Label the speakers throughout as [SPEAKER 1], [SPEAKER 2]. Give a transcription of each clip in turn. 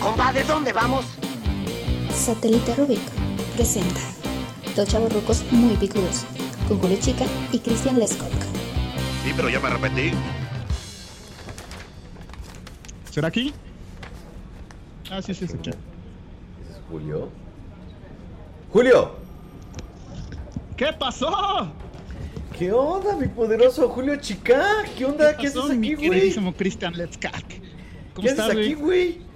[SPEAKER 1] Compadre, ¿dónde vamos?
[SPEAKER 2] Satélite Rubik presenta dos chavorrucos muy picudos, con Julio Chica y Cristian Lescott.
[SPEAKER 3] Sí, pero ya me arrepentí.
[SPEAKER 4] ¿Será aquí? Ah, sí, sí, es aquí.
[SPEAKER 5] ¿Es Julio? ¡Julio!
[SPEAKER 4] ¿Qué pasó?
[SPEAKER 5] ¿Qué onda, mi poderoso Julio Chica? ¿Qué onda? ¿Qué,
[SPEAKER 4] pasó,
[SPEAKER 5] haces aquí,
[SPEAKER 4] mi
[SPEAKER 5] güey?
[SPEAKER 4] queridísimo Cristian Letzkak? ¿Cómo
[SPEAKER 5] ¿Qué haces
[SPEAKER 4] estás,
[SPEAKER 5] aquí,
[SPEAKER 4] güey?
[SPEAKER 5] güey?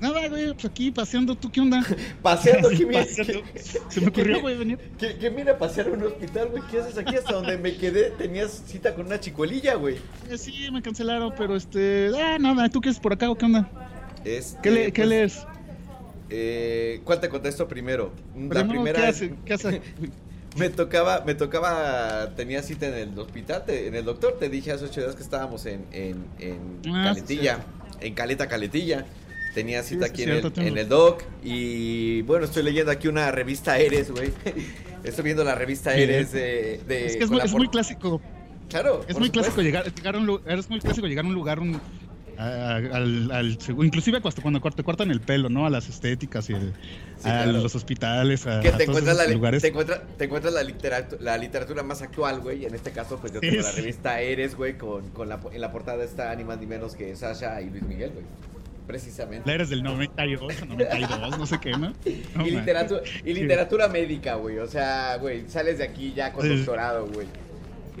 [SPEAKER 4] Nada, güey, pues aquí paseando. ¿Tú qué onda?
[SPEAKER 5] Paseando, que mira.
[SPEAKER 4] Paseando.
[SPEAKER 5] que-
[SPEAKER 4] Se me ocurrió,
[SPEAKER 5] que-
[SPEAKER 4] güey, venir.
[SPEAKER 5] Que, que mira, pasear a un hospital, güey. ¿Qué haces aquí? Hasta donde me quedé tenías cita con una chicuelilla, güey.
[SPEAKER 4] Eh, Sí, me cancelaron, pero este... Ah, nada, ¿tú qué es por acá o qué onda?
[SPEAKER 5] Este,
[SPEAKER 4] ¿Qué, le,
[SPEAKER 5] pues,
[SPEAKER 4] qué lees?
[SPEAKER 5] Eh, ¿Cuál te contesto primero?
[SPEAKER 4] Pero
[SPEAKER 5] La
[SPEAKER 4] no,
[SPEAKER 5] primera.
[SPEAKER 4] ¿Qué hace? ¿Qué hace?
[SPEAKER 5] Me tocaba, me tocaba, tenía cita en el hospital, te- en el doctor, te dije hace ocho días que estábamos en, en, en
[SPEAKER 4] Ah, sí,
[SPEAKER 5] Caletilla, en Caleta Caletilla. Tenía
[SPEAKER 4] Sí,
[SPEAKER 5] cita
[SPEAKER 4] sí,
[SPEAKER 5] aquí
[SPEAKER 4] es
[SPEAKER 5] en,
[SPEAKER 4] cierto,
[SPEAKER 5] el,
[SPEAKER 4] tengo-
[SPEAKER 5] en el doc y bueno, estoy leyendo aquí una revista Eres, güey. Estoy viendo la revista
[SPEAKER 4] Bien.
[SPEAKER 5] Eres de... de-
[SPEAKER 4] Es que es
[SPEAKER 5] con
[SPEAKER 4] muy,
[SPEAKER 5] la
[SPEAKER 4] es
[SPEAKER 5] por-
[SPEAKER 4] muy clásico.
[SPEAKER 5] Claro,
[SPEAKER 4] Es
[SPEAKER 5] por
[SPEAKER 4] muy
[SPEAKER 5] supuesto.
[SPEAKER 4] clásico llegar, llegar a un lugar, es muy clásico llegar a un lugar, un- a- a- al, al- inclusive hasta cuando te cortan el pelo, ¿no? A las estéticas y el-
[SPEAKER 5] Sí,
[SPEAKER 4] a
[SPEAKER 5] claro.
[SPEAKER 4] los hospitales, a,
[SPEAKER 5] Que
[SPEAKER 4] a
[SPEAKER 5] te
[SPEAKER 4] todos
[SPEAKER 5] encuentras, la,
[SPEAKER 4] esos
[SPEAKER 5] li-
[SPEAKER 4] lugares.
[SPEAKER 5] te encuentra- te encuentras la, literatu- la literatura más actual, güey. En este caso, pues yo
[SPEAKER 4] Sí,
[SPEAKER 5] tengo la
[SPEAKER 4] sí.
[SPEAKER 5] revista Eres, güey, con, con la, po- en la portada está ni más ni menos que Sasha y Luis Miguel, güey. Precisamente.
[SPEAKER 4] La eres del 92, 92, no sé qué, ¿no? No,
[SPEAKER 5] y,
[SPEAKER 4] man.
[SPEAKER 5] literatura, y literatura médica, güey. O sea, güey, sales de aquí ya con
[SPEAKER 4] Sí.
[SPEAKER 5] doctorado, güey.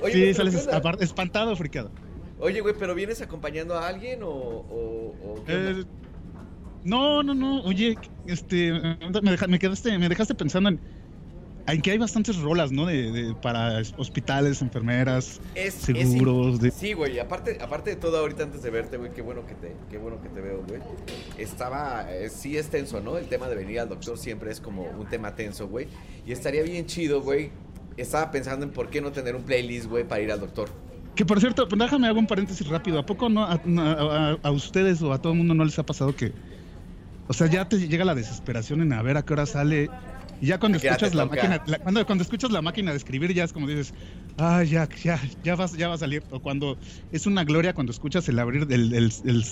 [SPEAKER 5] Oye, güey,
[SPEAKER 4] Sí,
[SPEAKER 5] pero
[SPEAKER 4] sales
[SPEAKER 5] ¿qué onda?
[SPEAKER 4] apar- espantado, friqueado.
[SPEAKER 5] Oye, güey, pero ¿vienes acompañando a alguien o...? o- o qué onda?
[SPEAKER 4] Eh, no, no, no. Oye, este, me, deja- me quedaste, me dejaste pensando en, en que hay bastantes rolas, ¿no? De, de- para hospitales, enfermeras,
[SPEAKER 5] Es- es in-
[SPEAKER 4] seguros. de-
[SPEAKER 5] Sí, güey, aparte, aparte de todo, ahorita antes de verte, güey, qué bueno que te, qué bueno que te veo, güey. Estaba, eh, sí es tenso, ¿no? El tema de venir al doctor siempre es como un tema tenso, güey. Y estaría bien chido, güey. Estaba pensando en por qué no tener un playlist, güey, para ir al doctor.
[SPEAKER 4] Que por cierto, pues, déjame hago un paréntesis rápido. ¿A poco no a, no- a- a ustedes o a todo el mundo no les ha pasado que, o sea, ya te llega la desesperación en a ver a qué hora sale y ya cuando
[SPEAKER 5] ¿A qué hora
[SPEAKER 4] escuchas
[SPEAKER 5] te
[SPEAKER 4] la
[SPEAKER 5] toca?
[SPEAKER 4] máquina, la- cuando, cuando escuchas la máquina de escribir ya es como dices, ah, ya, ya, ya vas, ya va a salir. O cuando es una gloria cuando escuchas el abrir del, del- del-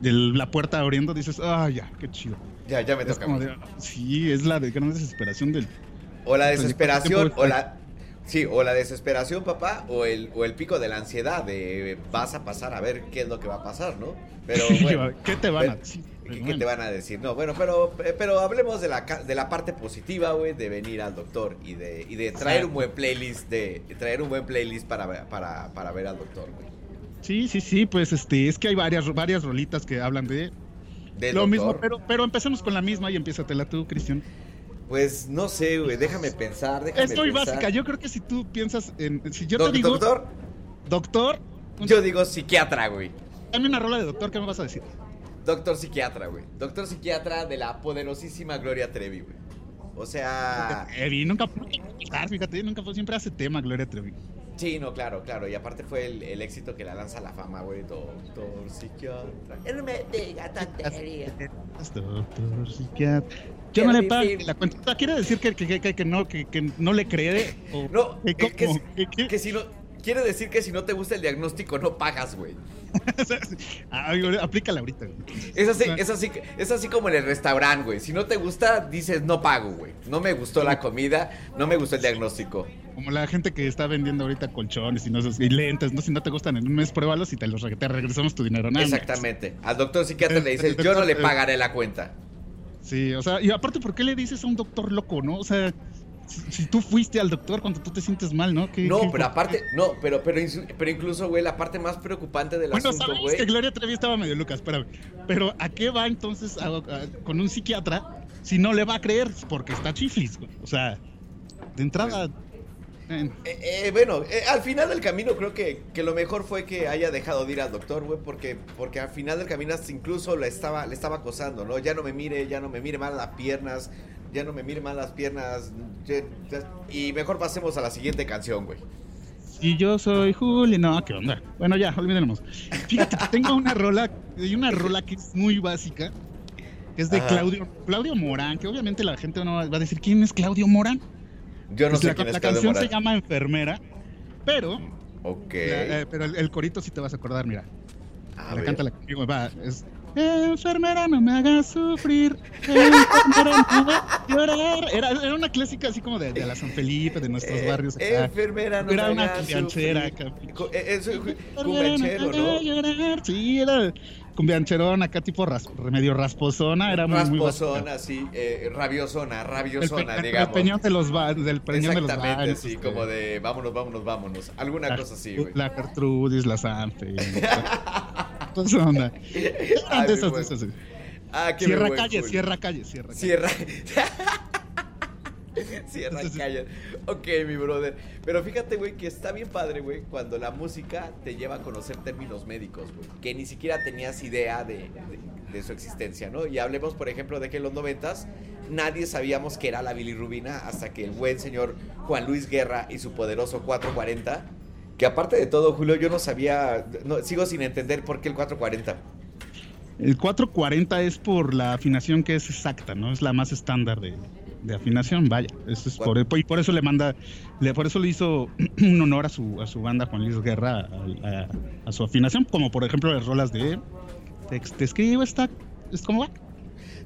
[SPEAKER 4] del- la puerta abriendo dices, ah, ya, qué chido.
[SPEAKER 5] Ya, ya me
[SPEAKER 4] Es
[SPEAKER 5] toca.
[SPEAKER 4] como
[SPEAKER 5] güey.
[SPEAKER 4] de, ah, sí, es la de gran desesperación del.
[SPEAKER 5] O la
[SPEAKER 4] Pues,
[SPEAKER 5] desesperación,
[SPEAKER 4] ¿cuánto tiempo
[SPEAKER 5] o la... Sí, o la desesperación, papá, o el, o el pico de la ansiedad de vas a pasar a ver qué es lo que va a pasar, ¿no? Pero bueno.
[SPEAKER 4] ¿Qué te van a
[SPEAKER 5] pero-
[SPEAKER 4] decir?
[SPEAKER 5] ¿Qué, qué
[SPEAKER 4] Bueno.
[SPEAKER 5] te van a decir? No, bueno, pero, eh, pero hablemos de la, ca- de la parte positiva, güey, de venir al doctor y de, y de traer un buen playlist, de, de traer un buen playlist para, ver- para, para ver al doctor, güey.
[SPEAKER 4] Sí, sí, sí, pues este, es que hay varias, varias rolitas que hablan de
[SPEAKER 5] Del
[SPEAKER 4] lo
[SPEAKER 5] doctor.
[SPEAKER 4] mismo, pero, pero empecemos con la misma y empiézatela tú, Cristian.
[SPEAKER 5] Pues no sé, güey, déjame pensar, déjame
[SPEAKER 4] Es muy
[SPEAKER 5] pensar.
[SPEAKER 4] básica, yo creo que si tú piensas en, si yo
[SPEAKER 5] Doc-
[SPEAKER 4] te digo, doctor,
[SPEAKER 5] Doctor,
[SPEAKER 4] un-
[SPEAKER 5] yo digo psiquiatra, güey.
[SPEAKER 4] dame una rola de doctor, ¿qué me vas a decir?
[SPEAKER 5] Doctor psiquiatra, güey. Doctor psiquiatra de la poderosísima Gloria Trevi, güey. O sea...
[SPEAKER 4] Evi, nunca pudo faltar, fíjate, nunca pudo, siempre hace tema Gloria Trevi.
[SPEAKER 5] Sí, no, claro, claro. Y aparte fue el, el éxito que la lanza a la fama, güey. Doctor psiquiatra.
[SPEAKER 1] No me diga tontería.
[SPEAKER 4] Es Doctor, psiquiatra. Llámale
[SPEAKER 1] Quiero
[SPEAKER 4] para
[SPEAKER 1] decir-
[SPEAKER 4] la cuenta. ¿Quiere decir que, que, que- que no, que, que no le cree? O,
[SPEAKER 5] No,
[SPEAKER 4] que,
[SPEAKER 5] es que
[SPEAKER 4] como-
[SPEAKER 5] si-
[SPEAKER 4] que- que-
[SPEAKER 5] Que si no. Quiere decir que si no te gusta el diagnóstico, no pagas, güey.
[SPEAKER 4] Ay, güey, aplícala ahorita. güey.
[SPEAKER 5] Es así, es así, es así como en el restaurante, güey. Si no te gusta, dices no pago, güey. No me gustó la comida, no me gustó el diagnóstico.
[SPEAKER 4] Como la gente que está vendiendo ahorita colchones y, no, sé- y lentes, ¿no? Si no te gustan en un mes, pruébalos y te los re- te regresamos tu dinero. ¿no?
[SPEAKER 5] Exactamente. Al doctor psiquiatra le dices, yo no le pagaré la cuenta.
[SPEAKER 4] Sí, o sea, y aparte, ¿por qué le dices a un doctor loco, no? O sea, si, si tú fuiste al doctor cuando tú te sientes mal, ¿no? ¿Qué- qué-
[SPEAKER 5] No, pero aparte, no, pero, pero, insu- pero incluso, güey, la parte más preocupante del
[SPEAKER 4] Bueno,
[SPEAKER 5] asunto,
[SPEAKER 4] sabes
[SPEAKER 5] güey.
[SPEAKER 4] que Gloria Trevi estaba medio loca, espérame. Pero ¿a qué va entonces a- a- con un psiquiatra si no le va a creer? Porque está chiflis, güey. O sea, de entrada. eh,
[SPEAKER 5] Eh, eh, bueno, eh, al final del camino creo que, que lo mejor fue que haya dejado de ir al doctor, güey, porque, porque al final del camino hasta incluso le estaba, le estaba acosando, ¿no? Ya no me mire, ya no me mire mal las piernas, ya no me mire mal las piernas. ya- ya- y mejor pasemos a la siguiente canción, güey.
[SPEAKER 4] Y yo soy Juli, no, qué onda. Bueno, ya, olvidemos. Fíjate que tengo una rola, hay una rola que es muy básica, que es de
[SPEAKER 5] Ajá.
[SPEAKER 4] Claudio, Claudio Morán, que obviamente la gente no va a decir quién es Claudio Morán.
[SPEAKER 5] Yo no
[SPEAKER 4] Pues
[SPEAKER 5] sé
[SPEAKER 4] la,
[SPEAKER 5] quién
[SPEAKER 4] la
[SPEAKER 5] es Claudio
[SPEAKER 4] canción
[SPEAKER 5] Morán.
[SPEAKER 4] se llama Enfermera, pero, eh,
[SPEAKER 5] Ok.
[SPEAKER 4] la- eh, pero el, el corito sí te vas a acordar, mira.
[SPEAKER 5] A
[SPEAKER 4] la
[SPEAKER 5] ver.
[SPEAKER 4] canta la conmigo, va. Es, enfermera, no me hagas sufrir. Enfermera, no me hagas llorar. Era, era una clásica así como de, de la San Felipe, de nuestros
[SPEAKER 5] Eh,
[SPEAKER 4] barrios. acá.
[SPEAKER 5] enfermera, no
[SPEAKER 4] era
[SPEAKER 5] me
[SPEAKER 4] una
[SPEAKER 5] hagas
[SPEAKER 4] cumbianchera
[SPEAKER 5] sufrir.
[SPEAKER 4] acá.
[SPEAKER 5] Co- eh, Eso es cu-
[SPEAKER 4] Enfermera, no me
[SPEAKER 5] cumbianchero,
[SPEAKER 4] hagas
[SPEAKER 5] ¿no?
[SPEAKER 4] llorar. Sí, era cumbiancherón acá, tipo ras, medio rasposona. Era muy, muy básica.
[SPEAKER 5] Rasposona, sí, eh, rabiosona,
[SPEAKER 4] El pe-
[SPEAKER 5] rabiosona,
[SPEAKER 4] el
[SPEAKER 5] digamos.
[SPEAKER 4] peñón de los ba- del peñón de los
[SPEAKER 5] Exactamente,
[SPEAKER 4] baños,
[SPEAKER 5] sí,
[SPEAKER 4] este,
[SPEAKER 5] como de vámonos, vámonos, vámonos. Alguna
[SPEAKER 4] la
[SPEAKER 5] cosa así,
[SPEAKER 4] Gertru-
[SPEAKER 5] güey.
[SPEAKER 4] La Gertrudis, la Sanfe. Toda esa onda. Eran
[SPEAKER 5] Ay,
[SPEAKER 4] de
[SPEAKER 5] mi
[SPEAKER 4] esas, de
[SPEAKER 5] buen-
[SPEAKER 4] esas, sí.
[SPEAKER 5] Ah, qué
[SPEAKER 4] Cierra
[SPEAKER 5] buen
[SPEAKER 4] calle,
[SPEAKER 5] Julio.
[SPEAKER 4] cierra calle, cierra calle.
[SPEAKER 5] Cierra. Cierra
[SPEAKER 4] Entonces-
[SPEAKER 5] calle. Ok, mi brother. Pero fíjate, güey, que está bien padre, güey, cuando la música te lleva a conocer términos médicos, güey. Que ni siquiera tenías idea de, de- de su existencia, ¿no? Y hablemos, por ejemplo, de que en los noventas nadie sabíamos que era la bilirrubina hasta que el buen señor Juan Luis Guerra y su poderoso 440. Que aparte de todo, Julio, yo no sabía, no, sigo sin entender por qué el 440.
[SPEAKER 4] El 440 es por la afinación que es exacta, ¿no? Es la más estándar de, de afinación, vaya. Eso es por, y por eso le manda, le- por eso le hizo un honor a su, a su banda Juan Luis Guerra, a, a- a su afinación, como por ejemplo las rolas de Te, te escribo esta, es como ah, va.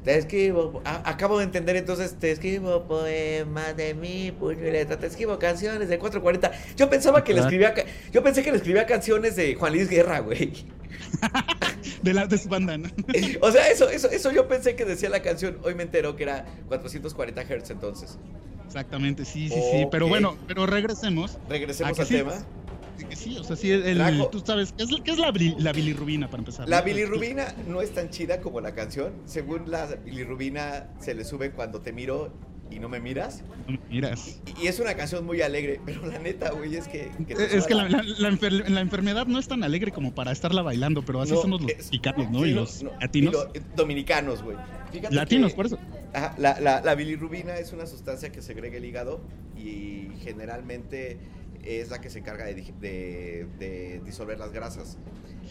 [SPEAKER 5] Te escribo, a- acabo de entender entonces, te escribo poemas de mi puño y letra, te escribo canciones de 440. Yo pensaba que le
[SPEAKER 4] Ajá.
[SPEAKER 5] escribía, ca- yo pensé que le escribía canciones de Juan Luis Guerra, güey.
[SPEAKER 4] De, la, de su banda, ¿no?
[SPEAKER 5] O sea, eso, eso, eso yo pensé que decía la canción, hoy me entero que era 440 Hz entonces.
[SPEAKER 4] Exactamente, sí, sí, sí. Pero
[SPEAKER 5] Ok.
[SPEAKER 4] bueno, pero regresemos.
[SPEAKER 5] Regresemos
[SPEAKER 4] Ah, que
[SPEAKER 5] al
[SPEAKER 4] sí.
[SPEAKER 5] tema.
[SPEAKER 4] Sí, que Sí, o sea, sí, el- el-
[SPEAKER 5] Trajo-
[SPEAKER 4] tú sabes, ¿qué es, qué es la, bili- la bilirrubina para empezar?
[SPEAKER 5] La
[SPEAKER 4] ¿no?
[SPEAKER 5] bilirrubina no es tan chida como la canción. Según la bilirrubina se le sube cuando te miro y no me miras.
[SPEAKER 4] Miras.
[SPEAKER 5] Y, y es una canción muy alegre, pero la neta, güey, es que... que te
[SPEAKER 4] Eh, Es
[SPEAKER 5] suba
[SPEAKER 4] que la, la- la enfer- la enfermedad no es tan alegre como para estarla bailando, pero así
[SPEAKER 5] No,
[SPEAKER 4] somos los
[SPEAKER 5] es-
[SPEAKER 4] mexicanos, ¿no?
[SPEAKER 5] sí,
[SPEAKER 4] y
[SPEAKER 5] no,
[SPEAKER 4] los
[SPEAKER 5] no,
[SPEAKER 4] latinos.
[SPEAKER 5] y lo- eh, dominicanos, güey. Fíjate
[SPEAKER 4] latinos,
[SPEAKER 5] que-
[SPEAKER 4] por eso.
[SPEAKER 5] Ajá, la, la- la bilirrubina es una sustancia que segrega el hígado y generalmente es la que se encarga de, dig- de- de disolver las grasas.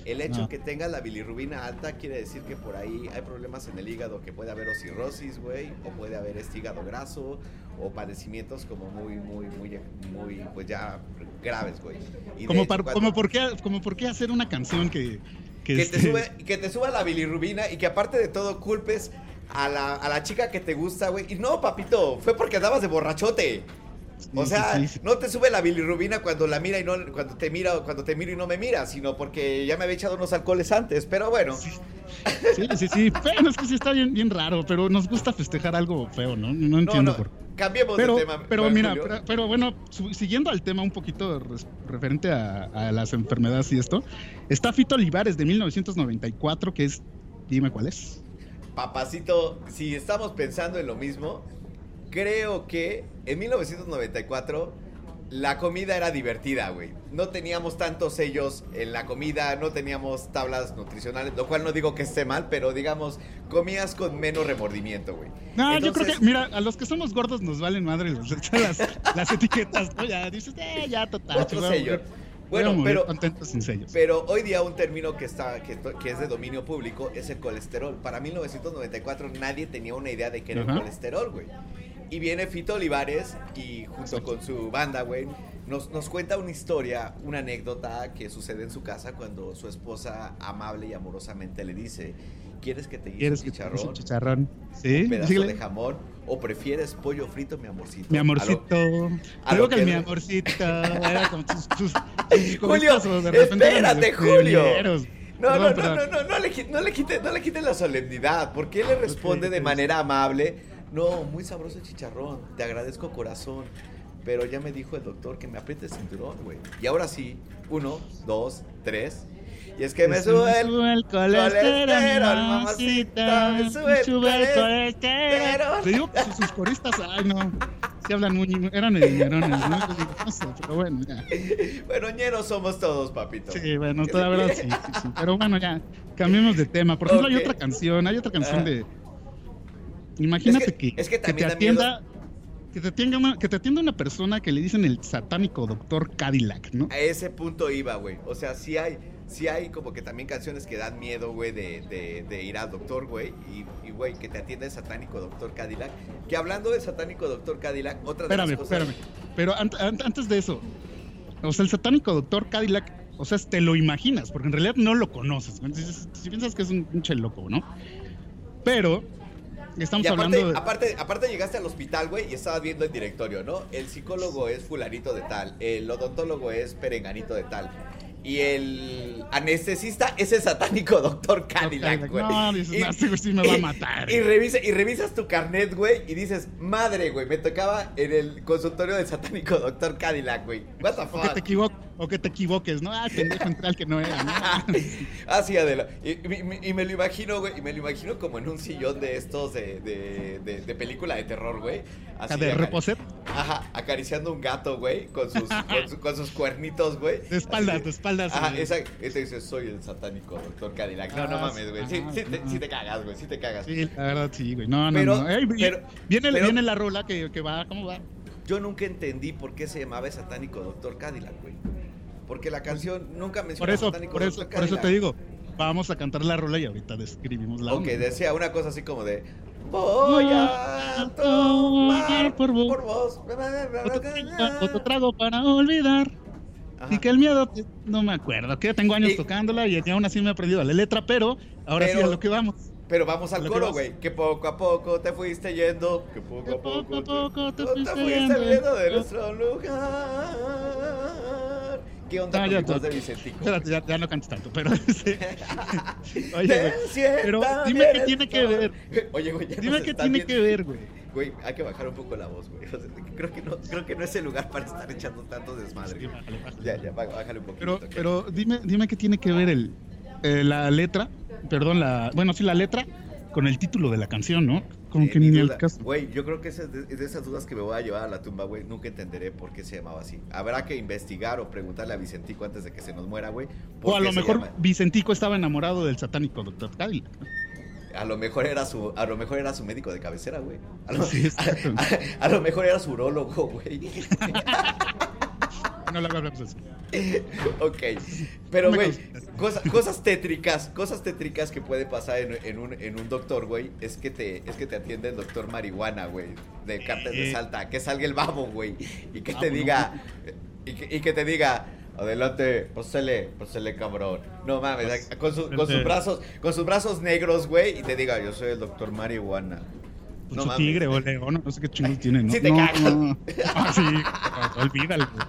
[SPEAKER 5] El hecho
[SPEAKER 4] Ah.
[SPEAKER 5] que tenga la bilirrubina alta quiere decir que por ahí hay problemas en el hígado, que puede haber cirrosis, güey, o puede haber este hígado graso, o padecimientos como muy, muy, muy, muy, pues ya graves, güey. Y de
[SPEAKER 4] Como,
[SPEAKER 5] hecho,
[SPEAKER 4] par-
[SPEAKER 5] cuando-
[SPEAKER 4] como, por qué, como por qué hacer una canción que... que,
[SPEAKER 5] que, te
[SPEAKER 4] este-
[SPEAKER 5] sube, que te suba la bilirrubina y que aparte de todo culpes a la, a la chica que te gusta, güey. Y no, papito, fue porque andabas de borrachote. O
[SPEAKER 4] Sí,
[SPEAKER 5] sea,
[SPEAKER 4] sí, sí.
[SPEAKER 5] no te sube la bilirrubina cuando la mira y no cuando te mira o cuando te miro y no me mira, sino porque ya me había echado unos alcoholes antes, pero bueno.
[SPEAKER 4] Sí, sí, sí. Bueno, es que sí está bien, bien raro, pero nos gusta festejar algo feo, ¿no? No entiendo
[SPEAKER 5] no,
[SPEAKER 4] por qué.
[SPEAKER 5] Cambiemos
[SPEAKER 4] Pero,
[SPEAKER 5] de tema.
[SPEAKER 4] pero
[SPEAKER 5] Juan
[SPEAKER 4] mira,
[SPEAKER 5] Julio.
[SPEAKER 4] pero, pero bueno, su- siguiendo al tema un poquito res- referente a, a las enfermedades y esto, está Fito Olivares de 1994, que es... Dime cuál es.
[SPEAKER 5] Papacito, si estamos pensando en lo mismo, creo que en 1994 la comida era divertida, güey. No teníamos tantos sellos en la comida, no teníamos tablas nutricionales, lo cual no digo que esté mal, pero digamos, comías con menos remordimiento, güey.
[SPEAKER 4] No, yo creo
[SPEAKER 5] Entonces-
[SPEAKER 4] que, mira, a los que somos gordos nos valen madre los- las, las etiquetas, ¿no? Ya dices, eh, ya, total.
[SPEAKER 5] Otro
[SPEAKER 4] yo voy a
[SPEAKER 5] sello.
[SPEAKER 4] morir- voy a
[SPEAKER 5] Bueno,
[SPEAKER 4] morir
[SPEAKER 5] pero,
[SPEAKER 4] contento sin sellos.
[SPEAKER 5] pero hoy día un término que, está, que, to- que es de dominio público es el colesterol. Para 1994 nadie tenía una idea de qué era el
[SPEAKER 4] Ajá.
[SPEAKER 5] colesterol, güey. Y viene Fito Olivares y junto con su banda, güey, nos, nos cuenta una historia, una anécdota que sucede en su casa cuando su esposa amable y amorosamente le dice, ¿quieres que te guise un
[SPEAKER 4] ¿Quieres que te
[SPEAKER 5] chicharrón?
[SPEAKER 4] hagas un chicharrón? Sí,
[SPEAKER 5] un pedazo
[SPEAKER 4] síguele.
[SPEAKER 5] de jamón o prefieres pollo frito, mi amorcito.
[SPEAKER 4] Mi
[SPEAKER 5] A lo-
[SPEAKER 4] amorcito.
[SPEAKER 5] a
[SPEAKER 4] Luego
[SPEAKER 5] lo
[SPEAKER 4] que
[SPEAKER 5] que-
[SPEAKER 4] el mi amorcito. Era como tus. tus,
[SPEAKER 5] Julio, espérate, Julio. No, no, no, no,
[SPEAKER 4] no.
[SPEAKER 5] no, no le, qui- no le quiten no le quiten la solemnidad, porque él le responde de
[SPEAKER 4] ok.
[SPEAKER 5] manera amable. No, muy sabroso el chicharrón, te agradezco corazón, pero ya me dijo el doctor que me apriete el cinturón, güey. Y ahora sí, uno, dos, tres. Y es que
[SPEAKER 4] Pues
[SPEAKER 5] me sube el...
[SPEAKER 4] el
[SPEAKER 5] colesterol, mamacita,
[SPEAKER 4] mamacita.
[SPEAKER 5] me sube el colesterol.
[SPEAKER 4] colesterol. Te digo, sus, sus coristas, ay, no. Se hablan muy. Eran dinerones, ¿no? Yo digo, no sé, pero bueno, ya.
[SPEAKER 5] Bueno, ñeros somos todos, papito.
[SPEAKER 4] Sí, bueno,
[SPEAKER 5] Que
[SPEAKER 4] toda
[SPEAKER 5] se-
[SPEAKER 4] verdad sí, sí, sí. Pero bueno, ya, cambiemos de tema. Por ejemplo,
[SPEAKER 5] Ok.
[SPEAKER 4] hay otra canción, hay otra canción
[SPEAKER 5] Ajá.
[SPEAKER 4] de. Imagínate
[SPEAKER 5] Es que-
[SPEAKER 4] que,
[SPEAKER 5] es que también
[SPEAKER 4] te
[SPEAKER 5] da miedo.
[SPEAKER 4] atienda. Que te, atienda una, que te atienda una persona que le dicen el satánico doctor Cadillac, ¿no?
[SPEAKER 5] A ese punto iba, güey. O sea, sí hay, sí hay como que también canciones que dan miedo, güey, de, de- de ir al doctor, güey. Y, y, güey, que te atiende el satánico doctor Cadillac. Que hablando del satánico doctor Cadillac, otra de
[SPEAKER 4] Espérame,
[SPEAKER 5] las cosas...
[SPEAKER 4] espérame. Pero ant- ant- antes de eso, o sea, el satánico doctor Cadillac O sea, te lo imaginas, porque en realidad no lo conoces. güey. Entonces, si piensas que es un pinche loco, ¿no? Pero estamos
[SPEAKER 5] Y aparte,
[SPEAKER 4] hablando de...
[SPEAKER 5] aparte, aparte llegaste al hospital, güey, y estabas viendo el directorio, ¿no? El psicólogo es fulanito de tal, el odontólogo es perenganito de tal. Y el anestesista es el satánico doctor Cadillac,
[SPEAKER 4] Cadillac.
[SPEAKER 5] güey.
[SPEAKER 4] No, dices,
[SPEAKER 5] Y-
[SPEAKER 4] "No, este güey sí me va a matar". eh.
[SPEAKER 5] Y, y revisa, y revisas tu carnet, güey, y dices, madre, güey, me tocaba en el consultorio del satánico doctor Cadillac, güey. What the
[SPEAKER 4] O que, te
[SPEAKER 5] fuck.
[SPEAKER 4] equivo- o que te equivoques, ¿no? Ah, pendejo, entré al que no era, ¿no?
[SPEAKER 5] Así Adela. Y, y- y me lo imagino, güey. Y me lo imagino como en un sillón de estos de, de, de- de película de terror, güey. Así
[SPEAKER 4] de
[SPEAKER 5] acari-
[SPEAKER 4] reposet.
[SPEAKER 5] Ajá, acariciando un gato, güey. Con sus, con, su- con sus cuernitos, güey.
[SPEAKER 4] De espaldas,
[SPEAKER 5] Así
[SPEAKER 4] de espaldas,
[SPEAKER 5] Ajá,
[SPEAKER 4] güey.
[SPEAKER 5] exacto. Y te dices, soy el satánico, doctor Cadillac. No, no
[SPEAKER 4] Ah,
[SPEAKER 5] mames, güey. Sí,
[SPEAKER 4] ajá,
[SPEAKER 5] sí te,
[SPEAKER 4] ajá.
[SPEAKER 5] sí te cagas, güey. Sí te cagas.
[SPEAKER 4] Sí, la verdad, sí, güey. No, no,
[SPEAKER 5] Pero-
[SPEAKER 4] no. Ey, y-
[SPEAKER 5] pero-
[SPEAKER 4] viene,
[SPEAKER 5] pero-
[SPEAKER 4] viene la rola que, que va, ¿cómo va?
[SPEAKER 5] Yo nunca entendí por qué se llamaba satánico doctor Cadillac, güey. Porque la canción nunca
[SPEAKER 4] Por
[SPEAKER 5] menciona
[SPEAKER 4] eso,
[SPEAKER 5] satánico
[SPEAKER 4] por eso,
[SPEAKER 5] Dr.
[SPEAKER 4] por eso te
[SPEAKER 5] Cadillac.
[SPEAKER 4] digo, vamos a cantar la rola y ahorita describimos la
[SPEAKER 5] Ok,
[SPEAKER 4] onda.
[SPEAKER 5] decía una cosa así como de Voy a
[SPEAKER 4] Voy a
[SPEAKER 5] tomar
[SPEAKER 4] tomar
[SPEAKER 5] por
[SPEAKER 4] por
[SPEAKER 5] vos.
[SPEAKER 4] vos. Otro, trago- otro trago para olvidar.
[SPEAKER 5] Ajá.
[SPEAKER 4] Y que el miedo, te- no me acuerdo, que tengo años
[SPEAKER 5] Y-
[SPEAKER 4] tocándola y aún así me he aprendido la letra, pero ahora sí
[SPEAKER 5] Pero-
[SPEAKER 4] a lo que vamos.
[SPEAKER 5] Pero vamos al
[SPEAKER 4] Lo que
[SPEAKER 5] coro,
[SPEAKER 4] vas-
[SPEAKER 5] güey. Que poco a poco te fuiste yendo. Que poco
[SPEAKER 4] Que
[SPEAKER 5] a poco,
[SPEAKER 4] poco a poco
[SPEAKER 5] te,
[SPEAKER 4] te
[SPEAKER 5] te
[SPEAKER 4] fuiste
[SPEAKER 5] fuiste
[SPEAKER 4] yendo.
[SPEAKER 5] yendo de nuestro lugar. ¿Qué onda
[SPEAKER 4] No,
[SPEAKER 5] con
[SPEAKER 4] ya
[SPEAKER 5] mi voz
[SPEAKER 4] to-
[SPEAKER 5] de Vicentico?
[SPEAKER 4] Espérate, ya, ya no cantes tanto, pero. sí. Oye,
[SPEAKER 5] Te
[SPEAKER 4] güey,
[SPEAKER 5] sienta
[SPEAKER 4] pero dime
[SPEAKER 5] bien
[SPEAKER 4] qué
[SPEAKER 5] el
[SPEAKER 4] tiene que
[SPEAKER 5] sol.
[SPEAKER 4] ver.
[SPEAKER 5] Oye, güey, ya
[SPEAKER 4] Dime
[SPEAKER 5] nos
[SPEAKER 4] qué
[SPEAKER 5] están
[SPEAKER 4] tiene
[SPEAKER 5] viendo.
[SPEAKER 4] que ver, güey.
[SPEAKER 5] Güey, hay que bajar un poco la voz, güey. O sea, creo, que no, creo que no es el lugar para estar echando tanto desmadre.
[SPEAKER 4] Sí,
[SPEAKER 5] güey.
[SPEAKER 4] bájale, bájale.
[SPEAKER 5] Ya, ya, bá- bájale un poquito.
[SPEAKER 4] Pero,
[SPEAKER 5] ok. Eh,
[SPEAKER 4] pero dime, dime qué tiene que ver el, eh, la letra, perdón, la, bueno, sí, la letra con el título de la canción, ¿no? Como
[SPEAKER 5] Eh,
[SPEAKER 4] que
[SPEAKER 5] mi
[SPEAKER 4] ni el
[SPEAKER 5] duda.
[SPEAKER 4] caso.
[SPEAKER 5] Güey, yo creo que esa es de, es de esas dudas que me voy a llevar a la tumba, güey. Nunca entenderé por qué se llamaba así. Habrá que investigar o preguntarle a Vicentico antes de que se nos muera, güey. por
[SPEAKER 4] O a
[SPEAKER 5] qué
[SPEAKER 4] lo
[SPEAKER 5] se
[SPEAKER 4] mejor
[SPEAKER 5] llama.
[SPEAKER 4] Vicentico estaba enamorado del satánico Dr. Cadillac.
[SPEAKER 5] A lo mejor era su, a lo mejor era su médico de cabecera, güey. A, lo-
[SPEAKER 4] Sí, exacto.
[SPEAKER 5] a- a- a lo mejor era su urólogo, güey.
[SPEAKER 4] No lo hablamos así.
[SPEAKER 5] ok. Pero,
[SPEAKER 4] Me
[SPEAKER 5] güey,
[SPEAKER 4] consta.
[SPEAKER 5] cosa- cosas tétricas, cosas tétricas que puede pasar en, en un, en un doctor, güey, es que te, es que te atiende el doctor marihuana, güey, de cartas de
[SPEAKER 4] Eh.
[SPEAKER 5] salta, que salga el babo, güey, y que
[SPEAKER 4] Babo,
[SPEAKER 5] te
[SPEAKER 4] no.
[SPEAKER 5] diga, y que, y que te diga, adelante, posele, posele cabrón. No mames, con, su- con sus
[SPEAKER 4] Posele.
[SPEAKER 5] brazos, con sus brazos negros, güey, y te diga, yo soy el doctor marihuana.
[SPEAKER 4] Pues
[SPEAKER 5] No
[SPEAKER 4] su
[SPEAKER 5] mames.
[SPEAKER 4] tigre o león, no sé qué chingos tiene, ¿no?
[SPEAKER 5] Sí te
[SPEAKER 4] no,
[SPEAKER 5] cagas.
[SPEAKER 4] no. Ah, sí, olvídalo. güey.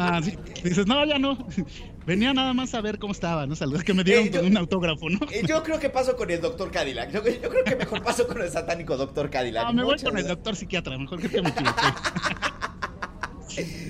[SPEAKER 4] Ah, sí. Dices, no, ya no. Venía nada más a ver cómo estaba, ¿no? Saludos, que me dieron
[SPEAKER 5] Eh, yo-
[SPEAKER 4] un autógrafo, ¿no?
[SPEAKER 5] Eh, Yo creo que paso con el doctor Cadillac. Yo, yo creo que mejor paso con el satánico doctor Cadillac.
[SPEAKER 4] Ah, me voy
[SPEAKER 5] Muchas
[SPEAKER 4] con el
[SPEAKER 5] gracias.
[SPEAKER 4] doctor psiquiatra, mejor creo que me equivoqué.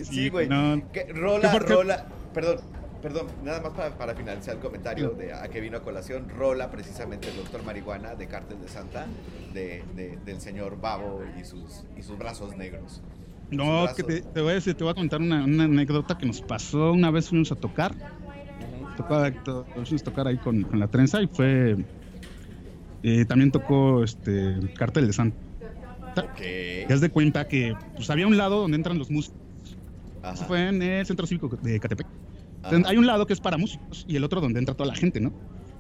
[SPEAKER 5] Sí, güey.
[SPEAKER 4] no.
[SPEAKER 5] Que- Rola,
[SPEAKER 4] ¿Por qué?
[SPEAKER 5] Rola. Perdón, perdón. Nada más para, para finalizar el comentario de a que vino a colación. Rola, precisamente, el doctor marihuana de Cártel de Santa, de, de- del señor Babo y sus, y sus brazos negros.
[SPEAKER 4] No,
[SPEAKER 5] Sus
[SPEAKER 4] que te,
[SPEAKER 5] brazos.
[SPEAKER 4] te voy a decir, te voy a contar una, una anécdota que nos pasó una vez fuimos a tocar,
[SPEAKER 5] Ujú.
[SPEAKER 4] tocaba, to- fuimos a tocar ahí con, con la trenza y fue eh, también tocó este cartel de Santa. Te
[SPEAKER 5] Ok.
[SPEAKER 4] das de cuenta que pues, había un lado donde entran los músicos.
[SPEAKER 5] Ajá,
[SPEAKER 4] Eso fue en el centro cívico de Catepec.
[SPEAKER 5] ajá,
[SPEAKER 4] Hay un lado que es para músicos y el otro donde entra toda la gente, ¿no?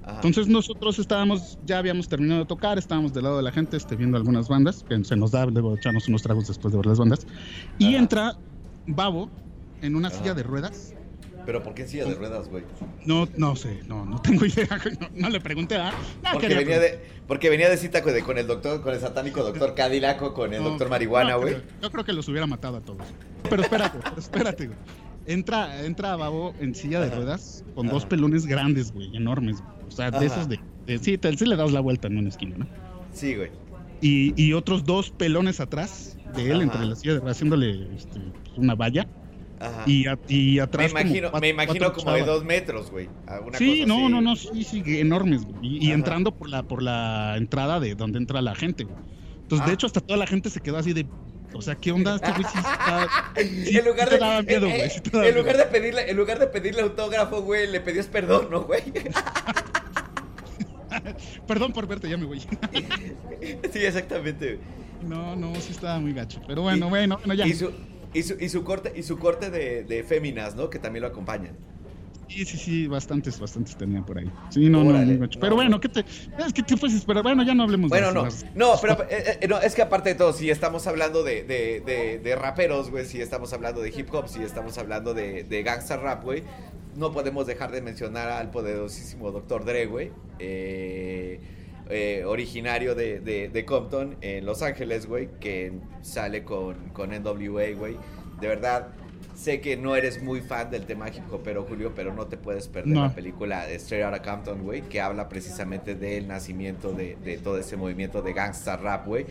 [SPEAKER 5] ajá.
[SPEAKER 4] Entonces nosotros estábamos, ya habíamos terminado de tocar, estábamos del lado de la gente, este, viendo algunas bandas, que se nos da luego echarnos unos tragos después de ver las bandas, y
[SPEAKER 5] Ajá.
[SPEAKER 4] entra Babo en una
[SPEAKER 5] Ajá.
[SPEAKER 4] silla de ruedas.
[SPEAKER 5] Pero ¿por qué en silla de ruedas, güey?
[SPEAKER 4] No, no sé, no, no tengo idea, güey, no, no le pregunté, ¿ah? No
[SPEAKER 5] Porque
[SPEAKER 4] quería
[SPEAKER 5] venía, de, porque venía de cita con con el doctor, con el satánico doctor Cadillac o con el
[SPEAKER 4] No,
[SPEAKER 5] doctor marihuana,
[SPEAKER 4] no,
[SPEAKER 5] güey.
[SPEAKER 4] pero Yo creo que los hubiera matado a todos. Pero espérate, pero espérate, güey. Entra, entra Babo en silla de
[SPEAKER 5] Ajá.
[SPEAKER 4] ruedas con
[SPEAKER 5] Ajá.
[SPEAKER 4] dos pelones grandes, güey, enormes. güey. O sea,
[SPEAKER 5] Ajá.
[SPEAKER 4] de esos de, de- sí, te- sí le das la vuelta en una esquina, ¿no?
[SPEAKER 5] Sí, güey.
[SPEAKER 4] y, y otros dos pelones atrás de él,
[SPEAKER 5] Ajá.
[SPEAKER 4] entre las sillas, haciéndole este, una valla.
[SPEAKER 5] Ajá.
[SPEAKER 4] Y, a- y
[SPEAKER 5] me
[SPEAKER 4] atrás. como
[SPEAKER 5] imagino,
[SPEAKER 4] cuatro-
[SPEAKER 5] me imagino
[SPEAKER 4] cuatro
[SPEAKER 5] como de
[SPEAKER 4] chavas.
[SPEAKER 5] dos metros, güey. alguna
[SPEAKER 4] Sí,
[SPEAKER 5] cosa
[SPEAKER 4] no,
[SPEAKER 5] así.
[SPEAKER 4] no, no, sí, sí, enormes. güey. Y, y
[SPEAKER 5] Ajá.
[SPEAKER 4] entrando por la, por la entrada de donde entra la gente. güey. Entonces,
[SPEAKER 5] Ah.
[SPEAKER 4] de hecho, hasta toda la gente se quedó así de. O sea, ¿qué onda? Este güey sí está- sí-
[SPEAKER 5] en lugar
[SPEAKER 4] sí te
[SPEAKER 5] de,
[SPEAKER 4] daba miedo,
[SPEAKER 5] eh,
[SPEAKER 4] güey,
[SPEAKER 5] eh,
[SPEAKER 4] sí te daba
[SPEAKER 5] en
[SPEAKER 4] miedo.
[SPEAKER 5] lugar de pedirle, en lugar de pedirle autógrafo, güey, le pedías perdón, ¿no, güey?
[SPEAKER 4] Perdón por verte, ya me voy.
[SPEAKER 5] sí, exactamente. güey.
[SPEAKER 4] No, no, sí estaba muy gacho. Pero bueno,
[SPEAKER 5] Y-
[SPEAKER 4] bueno, bueno, ya.
[SPEAKER 5] Y su, y su, y su corte, y su corte de, de féminas, ¿no? Que también lo acompañan.
[SPEAKER 4] Sí, sí, sí, bastantes, bastantes tenían por ahí. Sí, no,
[SPEAKER 5] Órale,
[SPEAKER 4] no, muy gacho. Pero
[SPEAKER 5] no.
[SPEAKER 4] bueno, ¿qué te, es que te puedes esperar? Bueno, ya no hablemos
[SPEAKER 5] Bueno,
[SPEAKER 4] de
[SPEAKER 5] no,
[SPEAKER 4] Pues, más-
[SPEAKER 5] no, pero eh, eh, no, es que aparte de todo, si estamos hablando de, de, de, de raperos, güey, si estamos hablando de hip hop, si estamos hablando de, de gangsta rap, güey, no podemos dejar de mencionar al poderosísimo Dr. Dre, güey. eh, eh, originario de, de- de Compton, en Los Ángeles, güey, que sale con, con NWA, güey. De verdad, sé que no eres muy fan del tema hip pero Julio, pero no te puedes perder
[SPEAKER 4] No.
[SPEAKER 5] la película de Straight Outta Compton, güey, que habla precisamente del nacimiento de, de todo ese movimiento de gangsta rap, güey,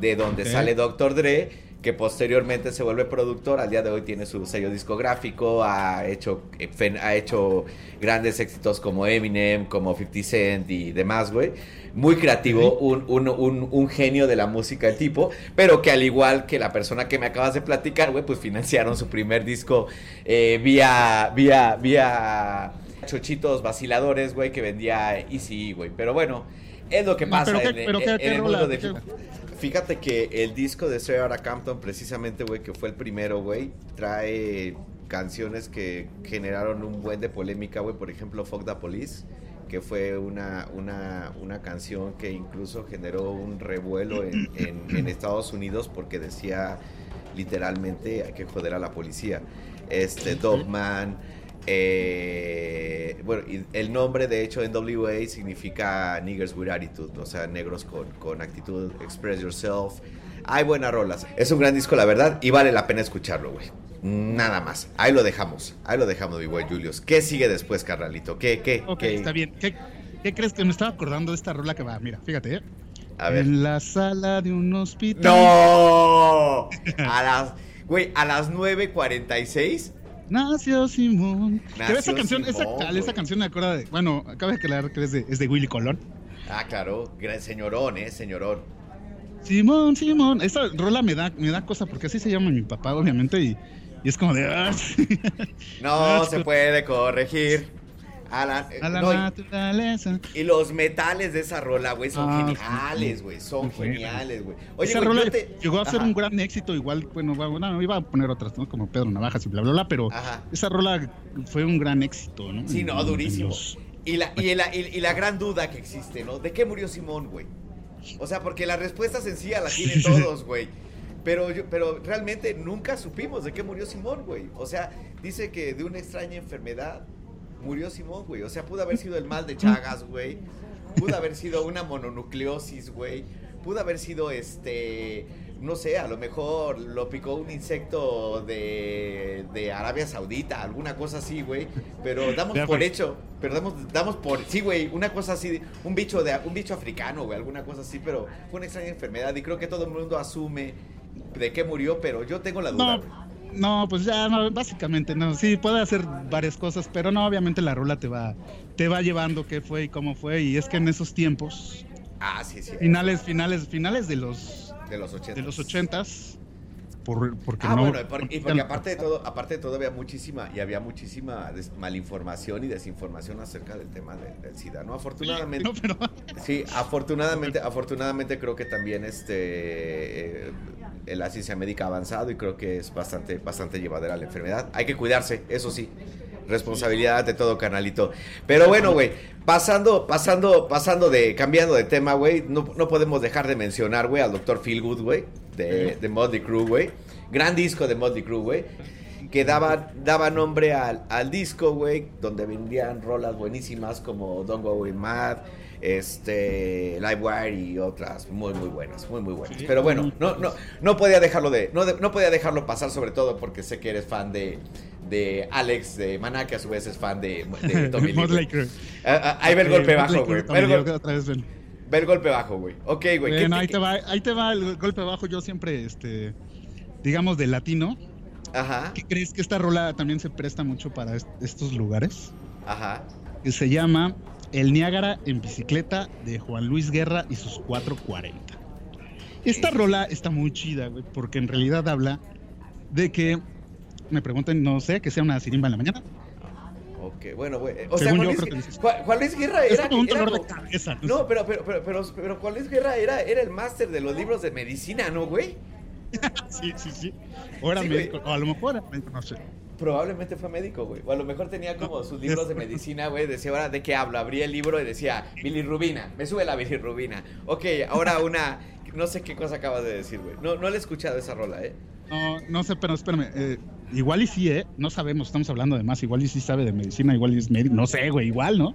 [SPEAKER 5] de donde
[SPEAKER 4] Ok.
[SPEAKER 5] sale Dr. Dre, que posteriormente se vuelve productor, al día de hoy tiene su sello discográfico, ha hecho, eh, fen- ha hecho grandes éxitos como Eminem, como 50 Cent y demás, güey. Muy creativo, un, un- un- un genio de la música el tipo, pero que al igual que la persona que me acabas de platicar, güey, pues financiaron su primer disco eh, vía, vía, vía chochitos vaciladores, güey, que vendía Easy, güey. Pero bueno, es lo que
[SPEAKER 4] No,
[SPEAKER 5] pasa
[SPEAKER 4] pero qué-
[SPEAKER 5] en, e-,
[SPEAKER 4] pero qué-
[SPEAKER 5] en
[SPEAKER 4] qué
[SPEAKER 5] el
[SPEAKER 4] rola,
[SPEAKER 5] mundo de
[SPEAKER 4] qué-
[SPEAKER 5] hip- Fíjate que el disco de Straight Outta Compton, precisamente, güey, que fue el primero, güey, trae canciones que generaron un buen de polémica, güey. Por ejemplo, Fuck the Police, que fue una, una, una canción que incluso generó un revuelo en, en- en Estados Unidos porque decía literalmente hay que joder a la policía. Este, Dogman. eh, bueno, y el nombre de hecho en WA significa Niggers with Attitude, o sea, negros con, con actitud, express yourself. Hay buenas rolas. Es un gran disco, la verdad, y vale la pena escucharlo, güey. Nada más. Ahí lo dejamos. Ahí lo dejamos, mi buen Julius. ¿Qué sigue después, carnalito? ¿Qué, qué,
[SPEAKER 4] Ok,
[SPEAKER 5] qué?
[SPEAKER 4] está bien. ¿Qué, qué crees que me estaba acordando de esta rola que va? Mira, fíjate, ¿eh?
[SPEAKER 5] A ver.
[SPEAKER 4] En la sala de un hospital.
[SPEAKER 5] ¡No! A las. Güey, a las 9.46.
[SPEAKER 4] Nació Simón. Pero
[SPEAKER 5] Nació
[SPEAKER 4] esa canción, esa,
[SPEAKER 5] Simón,
[SPEAKER 4] cal-
[SPEAKER 5] güey.
[SPEAKER 4] esa canción me acuerda de. Bueno, acaba de aclarar que es de, es de Willy Colón.
[SPEAKER 5] Ah, claro. Gran señorón, eh, señorón.
[SPEAKER 4] Simón, Simón. Esta rola me da, me da cosa porque así se llama mi papá, obviamente, y, y es como de. ah, sí.
[SPEAKER 5] Eh, No
[SPEAKER 4] Asco.
[SPEAKER 5] se puede corregir. A la, eh,
[SPEAKER 4] A la
[SPEAKER 5] no, y-
[SPEAKER 4] naturaleza.
[SPEAKER 5] y, los metales de esa rola, güey, son
[SPEAKER 4] Ah,
[SPEAKER 5] geniales, güey. Son
[SPEAKER 4] sí, güey.
[SPEAKER 5] geniales, güey. Oye,
[SPEAKER 4] esa
[SPEAKER 5] güey,
[SPEAKER 4] rola
[SPEAKER 5] yo te-
[SPEAKER 4] llegó a ser
[SPEAKER 5] Ajá,
[SPEAKER 4] un gran éxito, igual, bueno, va- no, iba a poner otras, ¿no? Como Pedro Navajas y bla, bla, bla, pero
[SPEAKER 5] Ajá.
[SPEAKER 4] esa rola fue un gran éxito, ¿no?
[SPEAKER 5] Ah. Sí, no,
[SPEAKER 4] En- en
[SPEAKER 5] durísimo.
[SPEAKER 4] los-
[SPEAKER 5] Y la, y, la, y- y la gran duda que existe, ¿no? ¿De qué murió Simón, güey? O sea, porque la respuesta sencilla la tienen todos, güey. Pero, yo- pero realmente nunca supimos de qué murió Simón, güey. O sea, dice que de una extraña enfermedad murió Simón, güey. O sea, pudo haber sido el mal de Chagas, güey. Pudo haber sido una mononucleosis, güey. Pudo haber sido este. No sé, a lo mejor lo picó un insecto de, de Arabia Saudita, alguna cosa así, güey. Pero damos
[SPEAKER 4] Ya,
[SPEAKER 5] por
[SPEAKER 4] pues.
[SPEAKER 5] hecho, pero damos, damos por. Sí, güey, una cosa así, un bicho, de, un bicho africano, güey, alguna cosa así, pero fue una extraña enfermedad y creo que todo el mundo asume de qué murió, pero yo tengo la duda,
[SPEAKER 4] No,
[SPEAKER 5] güey.
[SPEAKER 4] no, pues ya, no, básicamente, no, sí, puede hacer varias cosas, pero no, obviamente la rola te va, te va llevando qué fue y cómo fue, y es que en esos tiempos,
[SPEAKER 5] Ah, sí, sí.
[SPEAKER 4] finales, finales, finales de los,
[SPEAKER 5] De los 80.
[SPEAKER 4] de los ochentas, por, porque
[SPEAKER 5] Ah,
[SPEAKER 4] no...
[SPEAKER 5] bueno, y por- y porque aparte de todo, aparte de todo había muchísima y había muchísima des- malinformación y desinformación acerca del tema del, del SIDA, ¿no? Afortunadamente,
[SPEAKER 4] No, pero...
[SPEAKER 5] sí, afortunadamente, afortunadamente creo que también este eh, la ciencia médica ha avanzado y creo que es bastante bastante llevadera la enfermedad. Hay que cuidarse, eso sí. Responsabilidad de todo canalito. Pero bueno, güey, pasando, pasando, pasando de, cambiando de tema, güey, no, no podemos dejar de mencionar, güey, al doctor Feelgood, güey, de, de Motley Crue, güey. Gran disco de Motley Crue, güey. Que daba, daba nombre al, al disco, güey, donde vendían rolas buenísimas como Don't Go Away Mad, este, Livewire y otras muy, muy buenas, muy, muy buenas.
[SPEAKER 4] Sí, Mm.
[SPEAKER 5] Pero bueno,
[SPEAKER 4] muy
[SPEAKER 5] no, no, no podía dejarlo de, no, de- no podía dejarlo pasar, sobre todo porque sé que eres fan de, de Alex de Maná, que a su vez es fan de, de Tommy Lee, güey.
[SPEAKER 4] Motley Crue.
[SPEAKER 5] Ah, ah, ahí ve el
[SPEAKER 4] Eh, Motley
[SPEAKER 5] golpe bajo,
[SPEAKER 4] Crue,
[SPEAKER 5] güey. Ve
[SPEAKER 4] Tommy
[SPEAKER 5] el
[SPEAKER 4] Lee,
[SPEAKER 5] gol-
[SPEAKER 4] otra vez, ven.
[SPEAKER 5] ve el golpe bajo, güey. Ok, güey. ¿qué-
[SPEAKER 4] Bueno,
[SPEAKER 5] qué-
[SPEAKER 4] ahí te va, ahí te va el golpe bajo, yo siempre, este, digamos, de latino.
[SPEAKER 5] Ajá,
[SPEAKER 4] ¿Qué crees que esta rola también se presta mucho para est- estos lugares?
[SPEAKER 5] ajá.
[SPEAKER 4] que se llama El Niágara en bicicleta de Juan Luis Guerra y sus 440. Esta rola está muy chida, güey, porque en realidad habla de que me pregunten, no sé, que sea una sirimba en la mañana.
[SPEAKER 5] Ok, bueno, güey. eh, O sea,
[SPEAKER 4] Según
[SPEAKER 5] Juan
[SPEAKER 4] yo,
[SPEAKER 5] Luis,
[SPEAKER 4] creo que sí.
[SPEAKER 5] Juan- Juan Luis Guerra
[SPEAKER 4] Es
[SPEAKER 5] era.
[SPEAKER 4] como un
[SPEAKER 5] era
[SPEAKER 4] dolor de
[SPEAKER 5] como-
[SPEAKER 4] cabeza. pues.
[SPEAKER 5] No, pero, pero, pero, pero, pero Juan Luis Guerra era, era el máster de los libros de medicina, ¿no, güey?
[SPEAKER 4] Sí, sí, sí. O era
[SPEAKER 5] Sí, güey.
[SPEAKER 4] médico, o a lo mejor era médico, no sé.
[SPEAKER 5] Probablemente fue médico, güey. O a lo mejor tenía como sus libros de medicina, güey. Decía, ahora, ¿de qué hablo? Abría el libro y decía, bilirrubina. Me sube la bilirrubina. Ok, ahora una. No sé qué cosa acabas de decir, güey. No, no le he escuchado esa rola, ¿eh?
[SPEAKER 4] No, no sé, pero espérame. eh, Igual y sí, ¿eh? No sabemos, estamos hablando de más. Igual y sí sabe de medicina, igual y es médico. No sé, güey, igual, ¿no?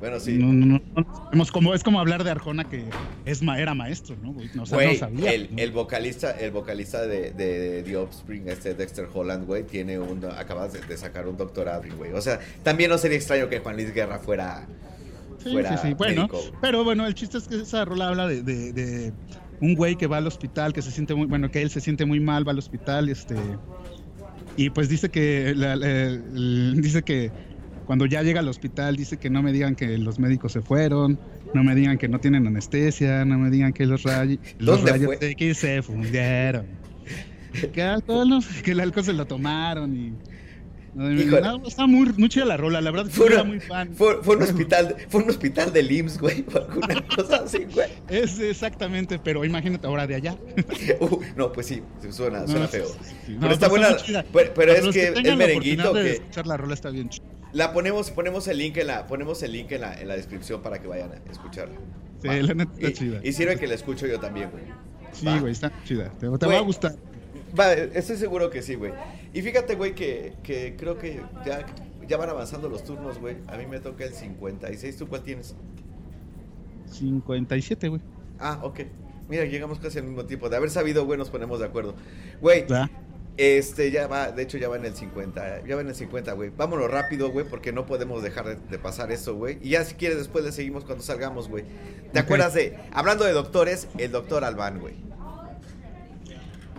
[SPEAKER 5] Bueno, sí.
[SPEAKER 4] No, no, no, no sabemos cómo- es como hablar de Arjona que es ma- era maestro, ¿no? güey? No, o sea, no
[SPEAKER 5] Güey,
[SPEAKER 4] sabía.
[SPEAKER 5] el,
[SPEAKER 4] ¿no?
[SPEAKER 5] el vocalista, el vocalista de, de, de The Offspring, este Dexter Holland, güey, tiene un, acabas de, de sacar un doctorado, güey. O sea, también no sería extraño que Juan Luis Guerra fuera,
[SPEAKER 4] Sí,
[SPEAKER 5] fuera
[SPEAKER 4] sí, sí. Bueno,
[SPEAKER 5] médico, güey.
[SPEAKER 4] pero bueno, el chiste es que esa rola habla de, de- de un güey que va al hospital, que se siente muy, bueno, que él se siente muy mal, va al hospital, este, y pues dice que, la- la- el- dice que cuando ya llega al hospital, dice que no me digan que los médicos se fueron, no me digan que no tienen anestesia, no me digan que los, ray- los
[SPEAKER 5] ¿Dónde
[SPEAKER 4] rayos
[SPEAKER 5] fue?
[SPEAKER 4] X se fundieron, que, alcohol no- que el alcohol se lo tomaron y... no,
[SPEAKER 5] Híjole.
[SPEAKER 4] no, está muy, muy chida la rola, la verdad, yo
[SPEAKER 5] Fue
[SPEAKER 4] era
[SPEAKER 5] una-
[SPEAKER 4] muy fan.
[SPEAKER 5] Fue, fue un hospital, fue un hospital de IMSS, güey, o alguna cosa así, güey.
[SPEAKER 4] Es exactamente, pero imagínate ahora de allá.
[SPEAKER 5] Uh, no, pues sí, suena, suena
[SPEAKER 4] No,
[SPEAKER 5] feo.
[SPEAKER 4] sí, sí, sí. No,
[SPEAKER 5] Pero está
[SPEAKER 4] muy
[SPEAKER 5] buena,
[SPEAKER 4] chida.
[SPEAKER 5] pero, pero
[SPEAKER 4] Para
[SPEAKER 5] es
[SPEAKER 4] los
[SPEAKER 5] que
[SPEAKER 4] tengan
[SPEAKER 5] el
[SPEAKER 4] la
[SPEAKER 5] merenguito
[SPEAKER 4] oportunidad de
[SPEAKER 5] que
[SPEAKER 4] escuchar la rola está bien chida.
[SPEAKER 5] la ponemos, ponemos el link en la, ponemos el link en la, en la descripción para que vayan a escucharla.
[SPEAKER 4] Sí,
[SPEAKER 5] Va.
[SPEAKER 4] la neta está
[SPEAKER 5] Ah, y,
[SPEAKER 4] chida.
[SPEAKER 5] y sirve que la escucho yo también, güey.
[SPEAKER 4] Sí,
[SPEAKER 5] va.
[SPEAKER 4] güey, está chida. Te, te va
[SPEAKER 5] Güey.
[SPEAKER 4] a gustar.
[SPEAKER 5] Va, estoy seguro que sí, güey. Y fíjate, güey, que, que creo que ya, ya van avanzando los turnos, güey. A mí me toca el 56. ¿Tú cuál tienes?
[SPEAKER 4] 57, güey.
[SPEAKER 5] Ah, ok. Mira, llegamos casi al mismo tiempo. De haber sabido, güey, nos ponemos de acuerdo. Güey,
[SPEAKER 4] ¿verdad?
[SPEAKER 5] este ya va, de hecho ya va en el 50. Ya va en el 50, güey. Vámonos rápido, güey, porque no podemos dejar de, de pasar eso, güey. Y ya si quieres después le seguimos cuando salgamos, güey. ¿Te
[SPEAKER 4] Ok.
[SPEAKER 5] acuerdas de, hablando de doctores, el doctor Albán, güey?